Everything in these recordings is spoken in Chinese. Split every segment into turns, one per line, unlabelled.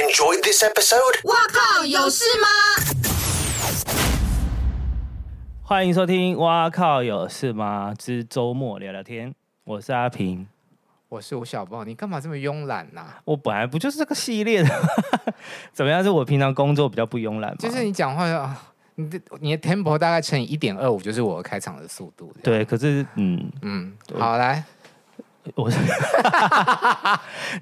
enjoyed this episode?
哇靠，有事吗？
欢迎收听《哇靠有事吗》之周末聊聊天，我是阿平。
我是吴小豹，你干嘛这么慵懒呐、
我本来不就是这个系列的， 怎么样？是我平常工作比较不慵懒嘛？
就是你讲话啊，你的你的 tempo 大概乘以一点二五，就是我开场的速度。，
对，可是嗯，
嗯，好来，
我是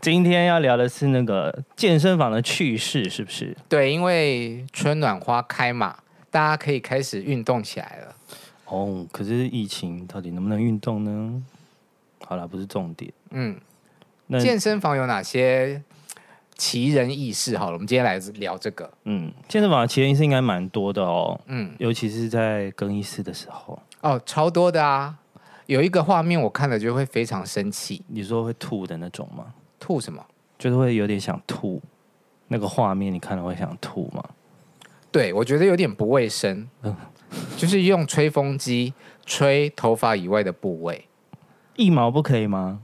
今天要聊的是那个健身房的趣事，是不是？
对，因为春暖花开嘛，大家可以开始运动起来了。
哦，可是疫情到底能不能运动呢？好了，不是重点。
嗯，
那
健身房有哪些奇人异事？好了，我们今天来聊这个。
嗯，健身房的其实是应该蛮多的哦，
嗯，
尤其是在更衣室的时候，
哦，超多的啊，有一个画面我看了就会非常生气，
你说会吐的那种吗？
吐什么？
就是会有点想吐。那个画面你看了会想吐吗？
对，我觉得有点不卫生，
嗯
就是用吹风机吹头发以外的部位。
一毛不可以吗？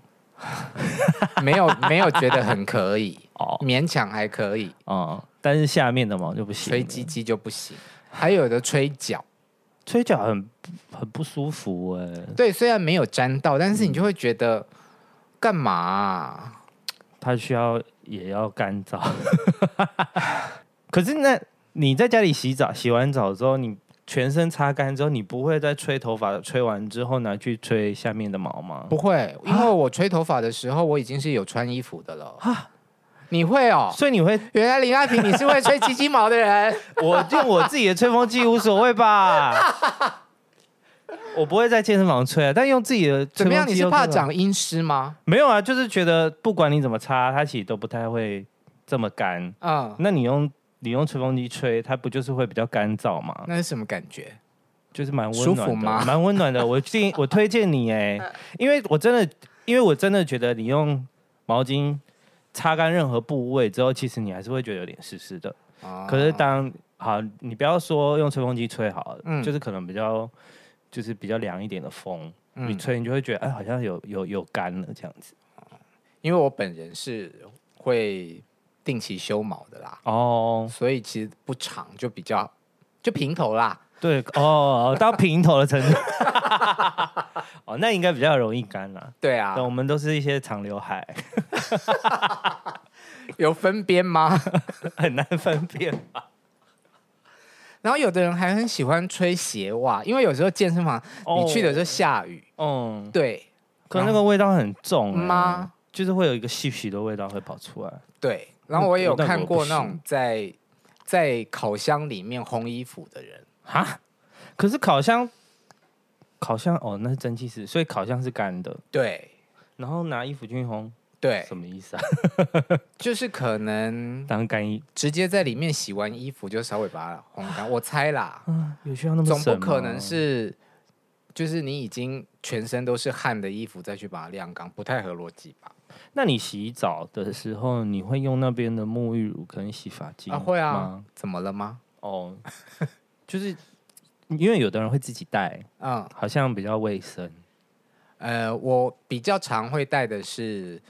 没有没有觉得很可以，
哦
勉强还可以，
哦、但是下面的毛就不行了。
吹鸡鸡就不行。还有的吹脚，
吹脚很很不舒服哎、
对，虽然没有沾到，但是你就会觉得干嘛啊、
它需要也要干 燥。可是那你在家里洗澡，洗完澡之后，你全身擦干之后，你不会再吹头发，吹完之后拿去吹下面的毛吗？
不会，因为我吹头发的时候，我已经是有穿衣服的了。你会哦？
所以你会，
原来林爱萍你是会吹鸡鸡毛的人，
我用我自己的吹风机无所谓吧。 我不会在健身房吹啊，但用自己的
怎么样？
吹风
你
机
是怕
又是吧
长阴湿吗？
没有啊，就是觉得不管你怎么擦，它其实都不太会这么干。
嗯，
那你用你用吹风机吹，它不就是会比较干燥吗？
那是什么感觉？
就是蛮温
舒
暖
服
的，
吗
蛮温暖的。我建议我推荐你哎，因为我真的，因为我真的觉得你用毛巾擦干任何部位之后，其实你还是会觉得有点湿湿的。
哦
可是当好，你不要说用吹风机吹好了，
嗯
就是可能比较就是比较凉一点的风，你
嗯，
吹你就会觉得哎，好像有有有干了这样子。
因为我本人是会定期修毛的啦。
哦，
所以其实不长，就比较就平头啦。
对哦，到平头的 程度，哦，那应该比较容易干啦。
对
对
啊，
我们都是一些长刘海，
有分边吗？
很难分辨吧。
然后有的人还很喜欢吹鞋袜，因为有时候健身房
哦
你去的时候下雨，
嗯，
对
可那个味道很重、欸、
吗？
就是会有一个细皮的味道会跑出来。
对。然后我也有
那那我
看过那
不
种在在烤箱里面烘衣服的人，
哈，可是烤箱，烤箱哦，那是蒸汽室，所以烤箱是干的。
对
然后拿衣服去烘，
对，
什么意思啊？
就是可能
当干衣，
直接在里面洗完衣服就稍微把它烘 干，我猜啦，
嗯，有需要那么
总不
省
可
吗
能是。就是你已经全身都是汗的衣服，再去把它晾干，不太合逻辑吧？
那你洗澡的时候，你会用那边的沐浴乳跟洗发精
啊，会啊
吗？，
怎么了吗？
哦，就是因为有的人会自己带，
嗯，
好像比较卫生。
呃，我比较常会带的是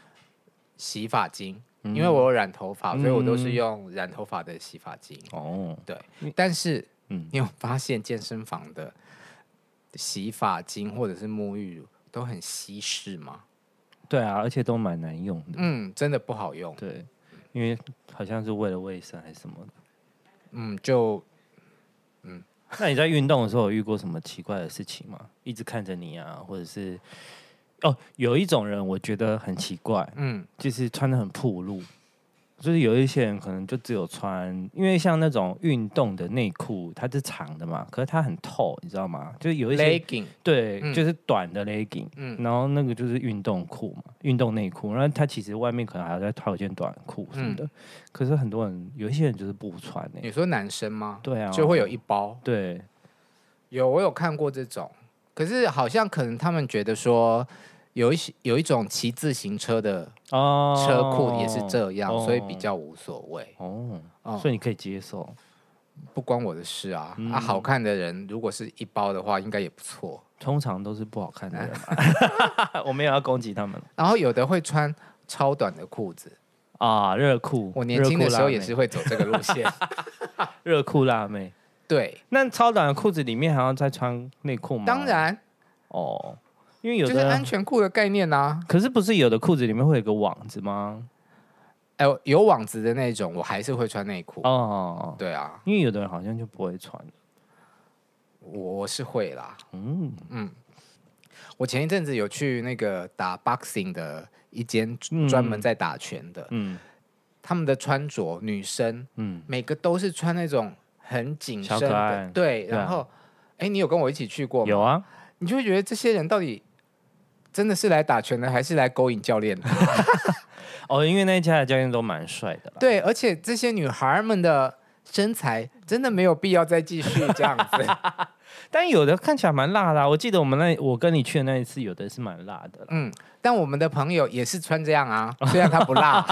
洗发精，
嗯
因为我有染头发，所以我都是用染头发的洗发精。
哦，
对，但是
嗯，
你有发现健身房的洗发精或者是沐浴乳都很稀释吗？
对啊，而且都蛮难用的。
嗯，真的不好用。
对，因为好像是为了卫生还是什么的。
嗯，就
那你在运动的时候有遇过什么奇怪的事情吗？一直看着你啊，或者是哦，有一种人我觉得很奇怪，
嗯
就是穿的很暴露，就是有一些人可能就只有穿，因为像那种运动的内裤，它是长的嘛，可是它很透，你知道吗？就是有一些
，legging，
对，
嗯
就是短的 legging，、
嗯
然后那个就是运动裤嘛，运动内裤，然后它其实外面可能还要再套一件短裤什么
嗯
的，可是很多人有一些人就是不穿呢、
你说男生吗？
哎对啊，
就会有一包。
对，
有，我有看过这种，可是好像可能他们觉得说，有一些有一种骑自行车的
哦，
车库也是这样，所以
哦
比较无所谓，
哦，
哦
所以你可以接受。
不关我的事啊。
嗯
啊，好看的人如果是一包的话，应该也不错。
通常都是不好看的 人嘛，我们也要攻击他们
然后有的会穿超短的裤子，
啊，热裤。
我年轻的时候也
热
是
裤辣妹
会走这个路线，
热裤辣妹。
对，
那超短的裤子里面还要再穿内裤吗？
当然
哦，因为有
就是
的
安全裤的概念啊呐、
可是不是有的裤子里面会有个网子吗？
哎、有网子的那种，我还是会穿内裤。
哦，
对啊，
因为有的人好像就不会穿。
我我是会啦。
嗯，
我前一阵子有去那个打 boxing 的一间
嗯
专门在打拳的，
嗯
他们的穿着，女生
嗯，
每个都是穿那种很紧身
小可爱
的，对，
对啊
然后，哎、你有跟我一起去过吗？
有啊，
你就会觉得这些人到底真的是来打拳的，还是来勾引教 练的？
哦，因为那一家的教练都蛮帅的啦。
对，而且这些女孩们的身材真的没有必要再继续这样子。
但有的看起来蛮辣的啊、我记得我们那我跟你去的那一次，有的是蛮辣的啦。
嗯，但我们的朋友也是穿这 样啊，虽然他不辣，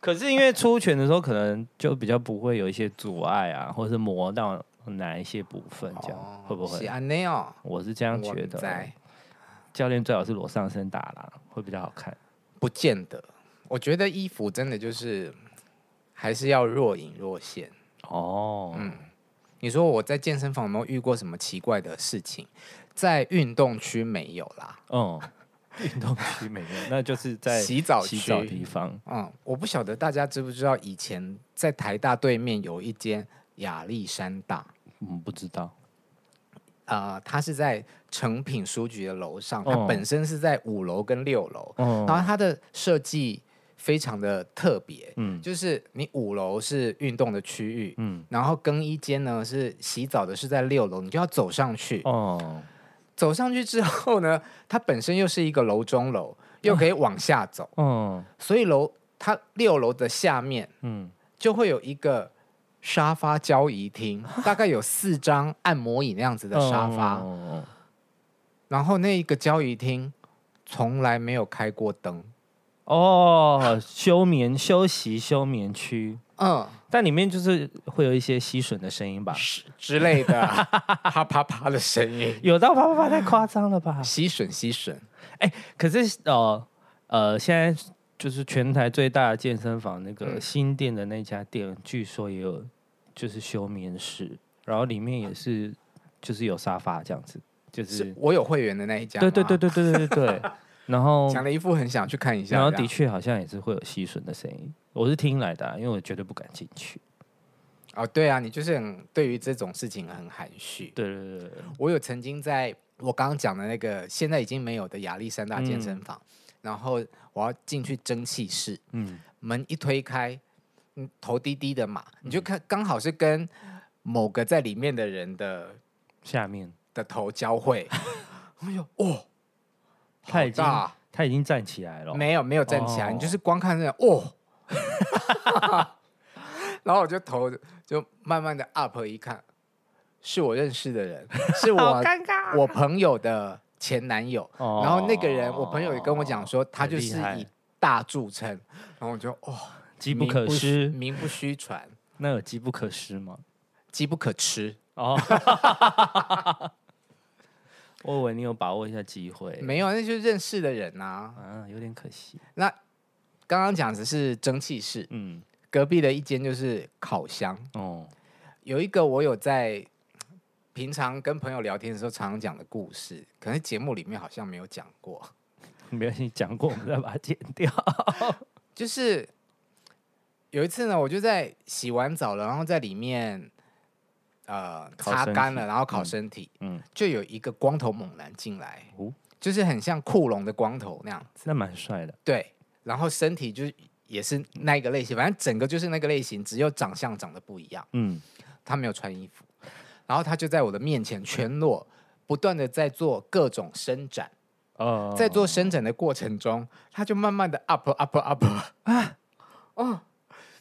可是因为出拳的时候，可能就比较不会有一些阻碍啊，或是磨到哪一些部分，这样、会不
是
会？
安内哦，
我是这样
我
觉
不在
得。教练最好是裸上身打啦，会比较好看。
不见得，我觉得衣服真的就是还是要若隐若现。
哦，
嗯你说我在健身房有没有遇过什么奇怪的事情？在运动区没有啦，
嗯，运动区没有，那就是在
洗澡
洗
区。
澡地方。
嗯，我不晓得大家知不知道，以前在台大对面有一间亚历山大，
嗯，不知道。
呃，它是在诚品书局的楼上，
哦
它本身是在五楼跟六楼，
哦，
然后它的设计非常的特别，
嗯
就是你五楼是运动的区域，
嗯，
然后更衣间呢是洗澡的，是在六楼，你就要走上去。
哦，
走上去之后呢， 它本身又是一个楼中楼，
嗯
又可以往下走，
哦，
所以楼它六楼的下面
嗯，
就会有一个沙发交易 厅，大概有四张按摩椅那样子的沙发，
哦
然后那一个交易厅从来没有开过灯，
哦，休眠、休息、休眠区，
嗯
但里面就是会有一些吸吮的声音吧？
之类的啊 啪啪啪的声音，
有到啪啪啪太夸张了吧？
吸吮吸吮，
可是呃呃，现在就是全台最大的健身房，那个
嗯
新店的那家店，据说也有就是休眠室，然后里面也是就是有沙发这样子，就是
是我有会员的那一家，
对对对，对对对对 对，然后
讲了一副很想去看一下，
然后的，确好像也是会有吸吮的声音，我是听来的啊、因为我绝对不敢进去。
哦对啊，你就是很对于这种事情很含蓄，
对对对对，
我有曾经在我刚刚讲的那个现在已经没有的亚历山大健身房，然后我要进去蒸汽室，
嗯，
门一推开，嗯，头低低的嘛，你就看刚好是跟某个在里面的人的
下面
的头交汇，哎呦，哦，
他
好
已经
大，
他已经站起来了，
没有没有站起来，你就
哦
是光看那个哦， 然后我就头就慢慢的 up 一看，是我认识的人，是
呃
我
尬
我朋友的前男友，
哦
然后那个人，我朋友也跟我讲说，他就是
很厉害
以大著称，然后我就哦，
机不
名
可
虚
失，嗯
名不虚传，
那有机不可失吗？
机不可失。
哦， 我以为你有把握一下机会，
没有，那就是认识的人呐、
啊，
啊。
有点可惜。
那刚刚讲的是蒸汽室，
嗯，
隔壁的一间就是烤箱，
哦，
有一个我有在平常跟朋友聊天的时候常常讲的故事，可能节目里面好像没有讲过，
没有你讲过，我们再把它剪掉。
就是有一次呢，我就在洗完澡了，然后在里面呃
烤
擦
身
干
体
了，然后烤身体，
嗯，
就有一个光头猛男进来，
哦
就是很像库龙的光头那样，
那蛮帅的。
对，然后身体就是也是那一个类型，反正整个就是那个类型，只有长相长得不一样，
嗯，
他没有穿衣服，然后他就在我的面前全裸，不断的在做各种伸展，
哦，
在做伸展的过程中，他就慢慢的 up up up 啊，哦，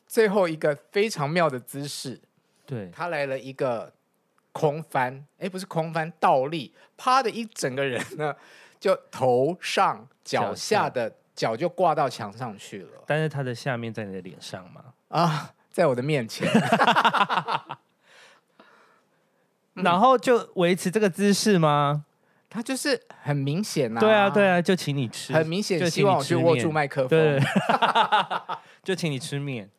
最后一个非常妙的姿势，
对，
他来了一个空翻，哎，不是空翻，倒立，啪的一整个人呢，就头上脚
脚下
下的脚就挂到墙上去了
但是他的下面在你的脸上嘛，
啊，在我的面前，嗯
然后就维持这个姿势吗？
他就是很明显呐、
对啊，对，啊，就请你吃，
很明显
就请
希
你
望我去
吃
握
面
住麦克
对
风。，
就请你吃面。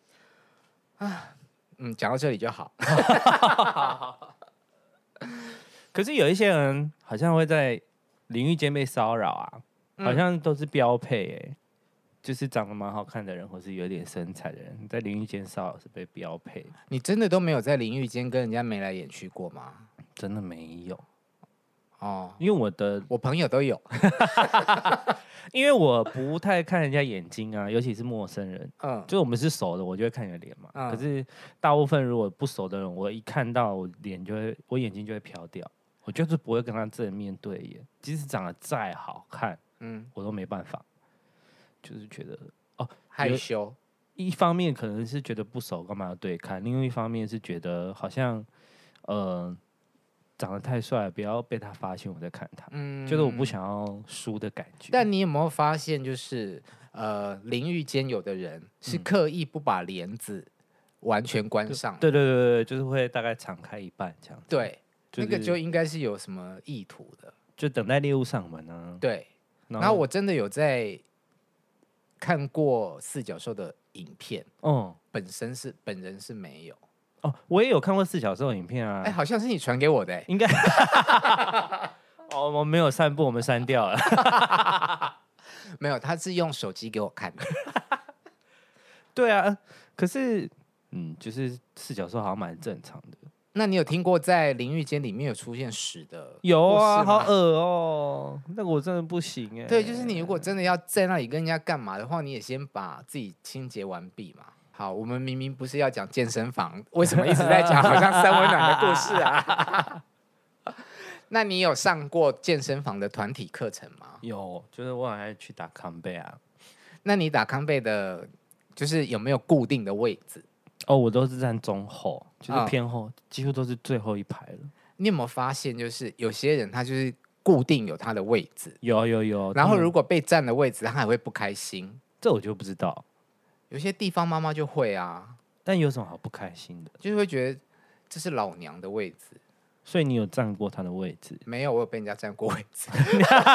嗯，讲到这里就好。
可是有一些人好像会在淋浴间被骚扰啊，好像都是标配哎、就是长得蛮好看的人，或是有点身材的人，在淋浴间骚扰是被标配，
你真的都没有在淋浴间跟人家眉来眼去过吗？
真的没有。
哦，
因为我的，
我朋友都有。
因为我不太看人家眼睛啊，尤其是陌生人。
嗯，
就是我们是熟的，我就会看你的脸嘛。
嗯
可是大部分如果不熟的人，我一看到我脸就会，我眼睛就会飘掉，我就是不会跟他正面对眼，即使长得再好看，
嗯，
我都没办法，就是觉得哦，
害羞。
一方面可能是觉得不熟，干嘛要对看；，另一方面是觉得好像呃长得太帅了，不要被他发现我在看他，
嗯，
就是我不。想要输的感觉。
但你有没有发现，就是呃，淋浴间有的人
嗯
是刻意不把帘子完全关上，
对对对对，对就是会大概敞开一半这样子。
对，
就是、
那个就应该是有什么意图的。
就等待猎物上门啊。
对，
然
然后我真的有在看过四角兽的影片，
嗯
本身是本人是没有。
哦，我也有看过四小时的影片啊，
哎，好像是你传给我的、哎
应该 哦，我没有散步，我们删掉了。
没有，他是用手机给我 看的。
对啊，可是嗯，就是四小时好像蛮正常的。
那你有听过在淋浴间里面有出现屎的？
有啊，
故事吗
好恶哦、那个我真的不行哎、
对，就是你如果真的要在那里跟人家干嘛的话，你也先把自己清洁完毕嘛。好，我们明明不是要讲健身房，为什么一直在讲好像三温暖的故事啊？ 那你有上过健身房的团体课程吗？
有，就是我还去打康贝啊。
那你打康贝的，就是有没有固定的位置？
哦，我都是站中后，就是
嗯
偏后，几乎都是最后一排了。
你有没有发现，就是有些人他就是固定有他的位置，
有有有，
然
他
后
们
如果被占了位置，他还会不开心。
这我就不知道，
有些地方妈妈就会啊，
但有什么好不开心的？
就是会觉得这是老娘的位置。
所以你有占过他的位置，
没有，我有被人家占过位置。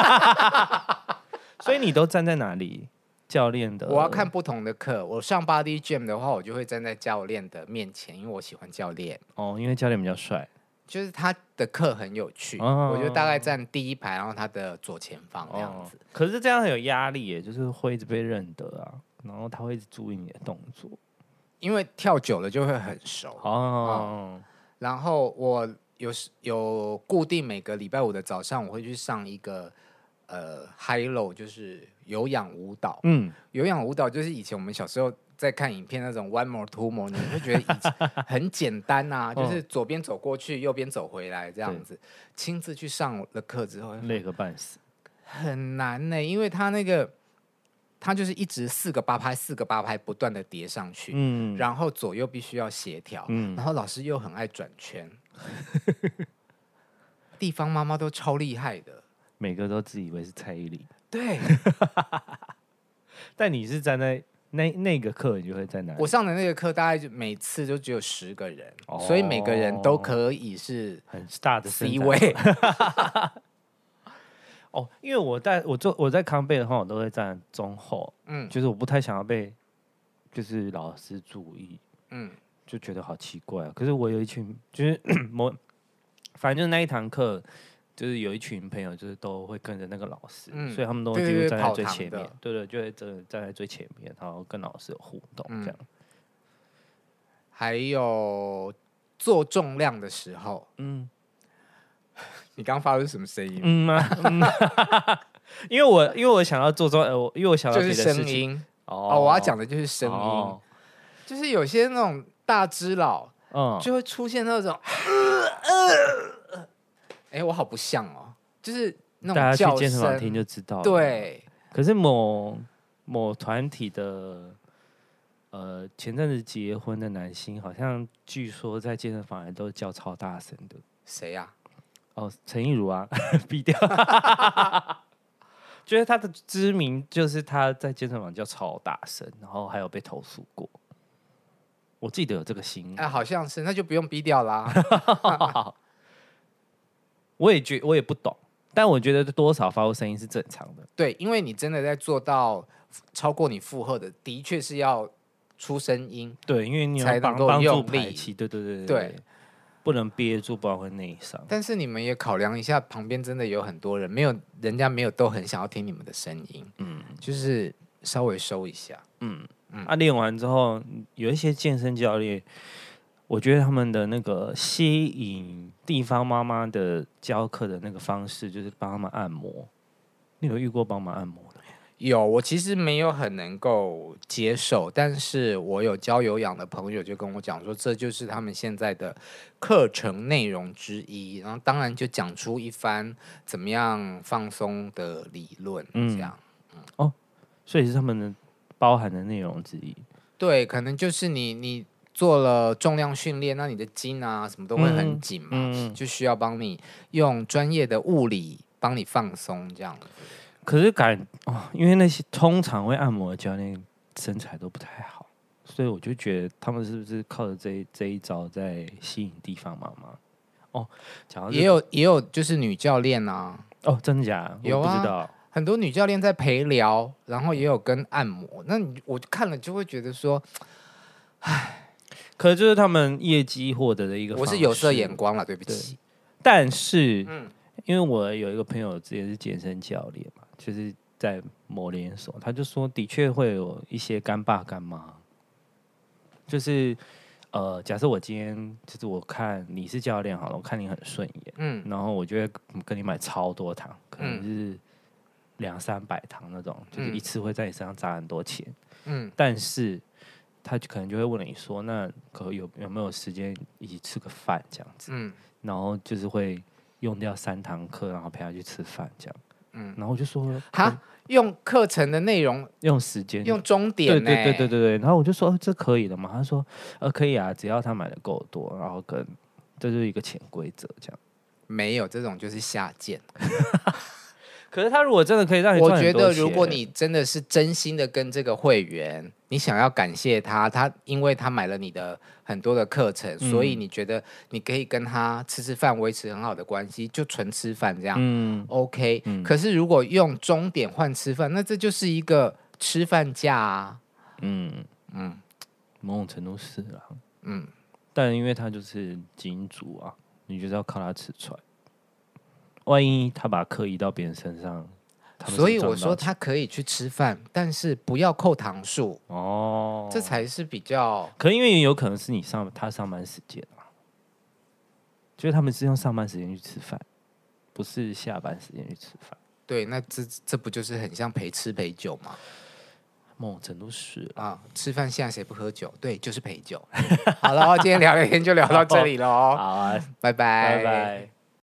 所以你都站在哪里？教练的，
我要看不同的课。我上 Body Gym 的话，我就会站在教练的面前，因为我喜欢教练。
哦，因为教练比较帅。
就是他的课很有趣，
哦
我就大概站第一排，然后他的左前方这样子。
哦。可是这样很有压力耶，就是会一直被认得啊，然后他会一直注意你的动作。
因为跳久了就会很熟。
哦，
然后我有时有固定每个礼拜五的早上，我会去上一个呃 high low，就是有氧舞蹈。
嗯，
有氧舞蹈就是以前我们小时候在看影片那种 one more two more，你会觉得以前 很简单啊，
嗯
就是左边走过去，右边走回来这样子。亲自去上了课之后
累个半死。
很难呢、因为他那个他就是一直四个八拍，四个八拍不断的叠上去，
嗯，
然后左右必须要协调，
嗯
然后老师又很爱转 圈。地方妈妈都超厉害的，
每个都自以为是蔡依林，
对
但你是站在那那个课，你就会在哪里？
我上的那个课大概就每次就只有十个人，
哦
所以每个人都可以是
很大的伸
C
展
位。
哦，因为我在我做我在康贝的话，我都会站中后，
嗯
就是我不太想要被就是老师注意，
嗯，
就觉得好奇怪、啊。可是我有一群，就是 某，反正就是那一堂课，就是有一群朋友，就是都会跟着那个老师，
嗯
所以他们都
对
几
对
乎
对
站在
跑
最
堂
前
的
面，对对，就会真的站在最前面，然后跟老师有互动
嗯
这样。
还有做重量的时候，
嗯
你刚发出什么声音？
嗯吗？嗯 因为我因为我想要做中，呃，我因为我想要
就
别
是
的事
声
情
音
哦
哦，我要讲的就是声音，
哦
就是有些那种大只佬
嗯，
就会出现 那种，哎、我好不像哦，就是那
大家
种叫
去健身房
声，
听就知道了。，
对，
可是某某团体的呃前阵子结婚的男星，好像据说在健身房里都叫超大声的。
谁呀、
哦，陈意如啊， 毙掉。觉得他的知名就是他在健身房叫超大声，然后还有被投诉过。我记得有这个新闻
哎、好像 是，那就不用逼掉啦。
我也觉我也不懂，但我觉得多少发出声音是正常的。
对，因为你真的在做到超过你负荷的，的确是要出声音。
对，因为你
才
要
能
帮
够
帮助
用
排
力
气，对对对
对
不能憋住，不然会内伤。
但是你们也考量一下，旁边真的有很多人，没有人家没有都很想要听你们的声音，
嗯
就是稍微收一下。
嗯，啊，练完之后，有一些健身教练，我觉得他们的那个吸引地方妈妈的教课的那个方式，就是帮他们按摩。你有遇过帮忙按摩的？
有，我其实没有很能够接受，但是我有教有氧的朋友就跟我讲说，这就是他们现在的课程内容之一。然后当然就讲出一番怎么样放松的理论，
嗯
这样。
所以是他们的包含的内容之一。
对，可能就是你你做了重量训练，那你的筋啊什么都会很紧嘛，
嗯，
就需要帮你用专业的物理帮你放松这样。
可是感哦，因为那些通常会按摩的教练身材都不太好，所以我就觉得他们是不是靠着这一这一招在吸引地方妈妈？哦，讲到这
也有也有就是女教练啊，
哦，真的假的？
有
我不
啊
知道。
很多女教练在陪聊，然后也有跟按摩。那你我看了就会觉得说，
可是就是他们业绩获得的一个，
我是有色眼。光了，对不起。
但是，
嗯
因为我有一个朋友之前是健身教练嘛，就是在某连锁，他就说的确会有一些干爸干妈，就是呃，假设我今天就是我看你是教练好了，我看你很顺眼，
嗯
然后我就会跟你买超多糖，可能是两三百糖那种，就是一
嗯
次会在你身上砸很多钱。
嗯，
但是他就可能就会问你说，那可有有没有时间一起吃个饭这样子？
嗯
然后就是会用掉三堂课，然后陪他去吃饭这样。
嗯
然后我就说，可以
哈，用课程的内容，
用欸时间
用终
对
点呢、欸
对对对对对。然后我就说、呃这可以的嘛？他说呃可以啊，只要他买的够多，然后跟这就是一个潜规则这样。
没有这种就是下贱。
可是他如果真的可以让你
我
赚很
觉
多
得，如果
钱
你真的是真心的跟这个会员，你想要感谢他，他因为他买了你的很多的课程，所以
嗯
你觉得你可以跟他吃吃饭，维持很好的关系，就纯吃饭这样、
嗯
OK、
嗯
可是如果用终点换吃饭，那这就是一个吃饭价啊。
嗯
嗯
某种程度是啦、
嗯，
但因为他就是金主啊，你就是要靠他吃出来。万一他把课移到别人身上，他们是
所以
赚
我
不到
说
钱
他可以去吃饭，但是不要扣堂数，
哦，
这才是比较。
可能因为有可能是你上他上班时间啊，就是他们是用上班时间去吃饭，不是下班时间去吃饭。
对，那这这不就是很像陪吃陪酒吗？
某种程度是啊
啊，吃饭现在谁不喝酒？对， 就是陪酒。好了哦，今天聊聊天就聊到这里了哦，哎
好啊，
拜拜，
拜拜。